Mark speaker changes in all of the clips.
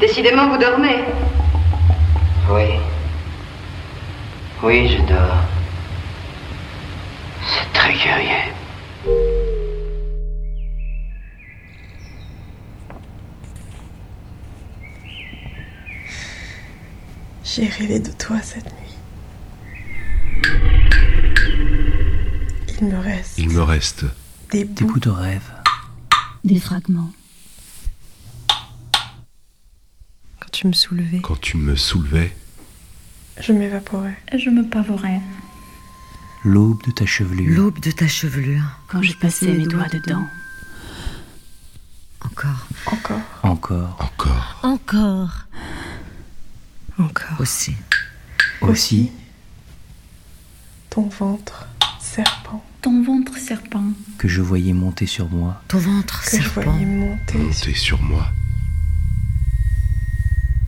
Speaker 1: Décidément, vous dormez.
Speaker 2: Oui. Oui, je dors. C'est très curieux.
Speaker 3: J'ai rêvé de toi cette nuit. Il me reste
Speaker 4: Il me reste
Speaker 3: des
Speaker 5: Des
Speaker 3: bouts
Speaker 5: bouts de rêve.
Speaker 6: Des fragments.
Speaker 7: quand tu me soulevais.
Speaker 4: quand tu me soulevais.
Speaker 3: Je m'évaporais.
Speaker 8: Je me pavorais.
Speaker 5: L'aube de ta chevelure.
Speaker 7: L'aube de ta chevelure.
Speaker 6: Quand je passais mes doigts dedans.
Speaker 7: Encore.
Speaker 3: Encore.
Speaker 5: Encore.
Speaker 4: Encore.
Speaker 7: Encore. Encore. Aussi.
Speaker 5: Aussi.
Speaker 3: Ton ventre, serpent,
Speaker 8: Ton ventre serpent.
Speaker 5: que je voyais monter sur moi
Speaker 7: Ton ventre,
Speaker 3: que je
Speaker 7: serpent.
Speaker 3: voyais monter. sur-
Speaker 4: Monter sur moi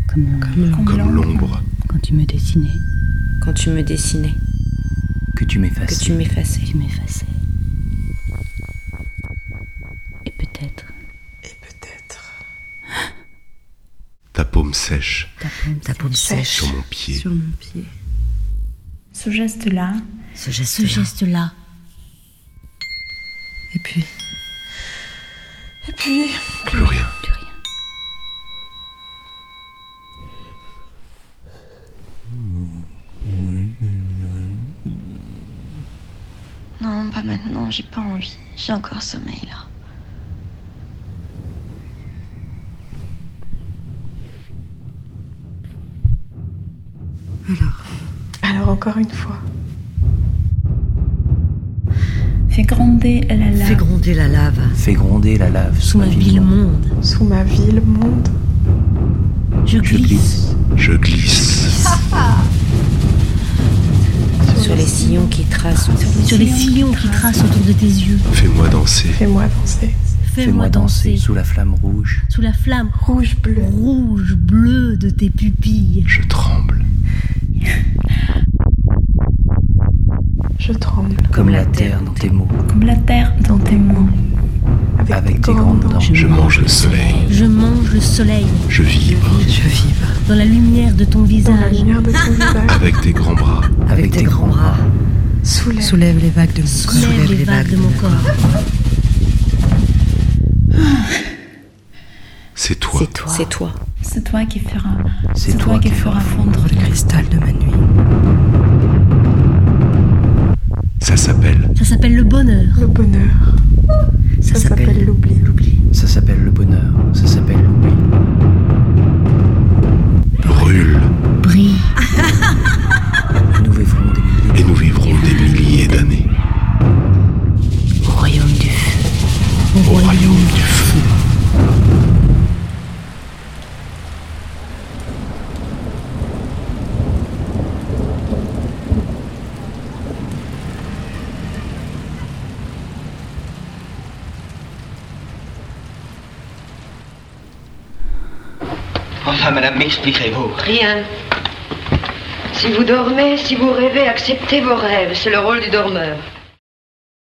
Speaker 6: Comme,
Speaker 4: comme l'ombre.
Speaker 6: Quand tu me dessinais,
Speaker 9: Quand tu me dessinais,
Speaker 5: que tu
Speaker 9: que
Speaker 5: m'effaces.
Speaker 9: tu m'effaçais.
Speaker 6: tu m'effaçais. Et peut-être
Speaker 3: Et peut-être.
Speaker 4: Ta paume sèche
Speaker 6: ta paume
Speaker 7: Ta paume sèche.
Speaker 4: sur mon pied.
Speaker 9: Sur mon pied.
Speaker 8: Ce geste-là,
Speaker 7: Ce geste.
Speaker 6: Ce geste-là,
Speaker 7: Et puis.
Speaker 3: Et puis,
Speaker 4: Plus rien.
Speaker 6: plus rien.
Speaker 10: Non, pas maintenant, j'ai pas envie. J'ai encore sommeil là.
Speaker 3: alors encore une fois.
Speaker 8: fais gronder la lave.
Speaker 7: Fais gronder la lave.
Speaker 5: Fais gronder la lave sous ma ville.
Speaker 7: monde.
Speaker 3: Sous ma ville, monde,
Speaker 6: Je
Speaker 5: Je glisse.
Speaker 4: Je glisse.
Speaker 9: Sur les sillons qui tracent.
Speaker 6: Sur les sillons qui tracent autour de tes yeux.
Speaker 4: Fais-moi danser.
Speaker 3: fais-moi danser.
Speaker 5: Fais-moi danser sous la flamme rouge.
Speaker 6: Sous la flamme
Speaker 3: Rouge, bleu,
Speaker 6: rouge bleue de tes pupilles.
Speaker 4: Je tremble.
Speaker 3: je tremble.
Speaker 5: Comme la terre dans tes mots.
Speaker 8: Comme la terre dans tes mains.
Speaker 3: Avec,
Speaker 5: Avec
Speaker 3: tes
Speaker 5: tes grandes dents.
Speaker 4: Je mange le soleil.
Speaker 6: Je mange le soleil
Speaker 4: Je vibre.
Speaker 7: Je vibre.
Speaker 6: dans la lumière de ton
Speaker 3: Dans la
Speaker 6: visage.
Speaker 3: lumière de ton visage.
Speaker 4: Avec tes grands bras.
Speaker 5: Avec tes grands bras.
Speaker 3: Soulève.
Speaker 7: Soulève les vagues de mon corps.
Speaker 6: Soulève les vagues de mon corps.
Speaker 4: C'est toi.
Speaker 7: toi.
Speaker 9: C'est toi.
Speaker 8: C'est toi qui feras.
Speaker 5: C'est toi qui feras
Speaker 8: fondre.
Speaker 7: le cristal de ma nuit.
Speaker 4: Ça s'appelle.
Speaker 6: Ça s'appelle le bonheur.
Speaker 3: Le bonheur,
Speaker 7: Ça,
Speaker 3: ça s'appelle
Speaker 7: s'appelle
Speaker 3: l'oubli.
Speaker 5: Ça s'appelle le bonheur. Ça s'appelle l'oubli.
Speaker 4: Brûle.
Speaker 6: Brille.
Speaker 5: Nous vivrons des milliers.
Speaker 4: Et nous vivrons des milliers d'années.
Speaker 6: Au royaume du feu.
Speaker 4: Au royaume du feu.
Speaker 2: Enfin, madame, m'expliquez-vous.
Speaker 1: Rien. Si vous dormez, si vous rêvez, acceptez vos rêves. C'est le rôle du dormeur.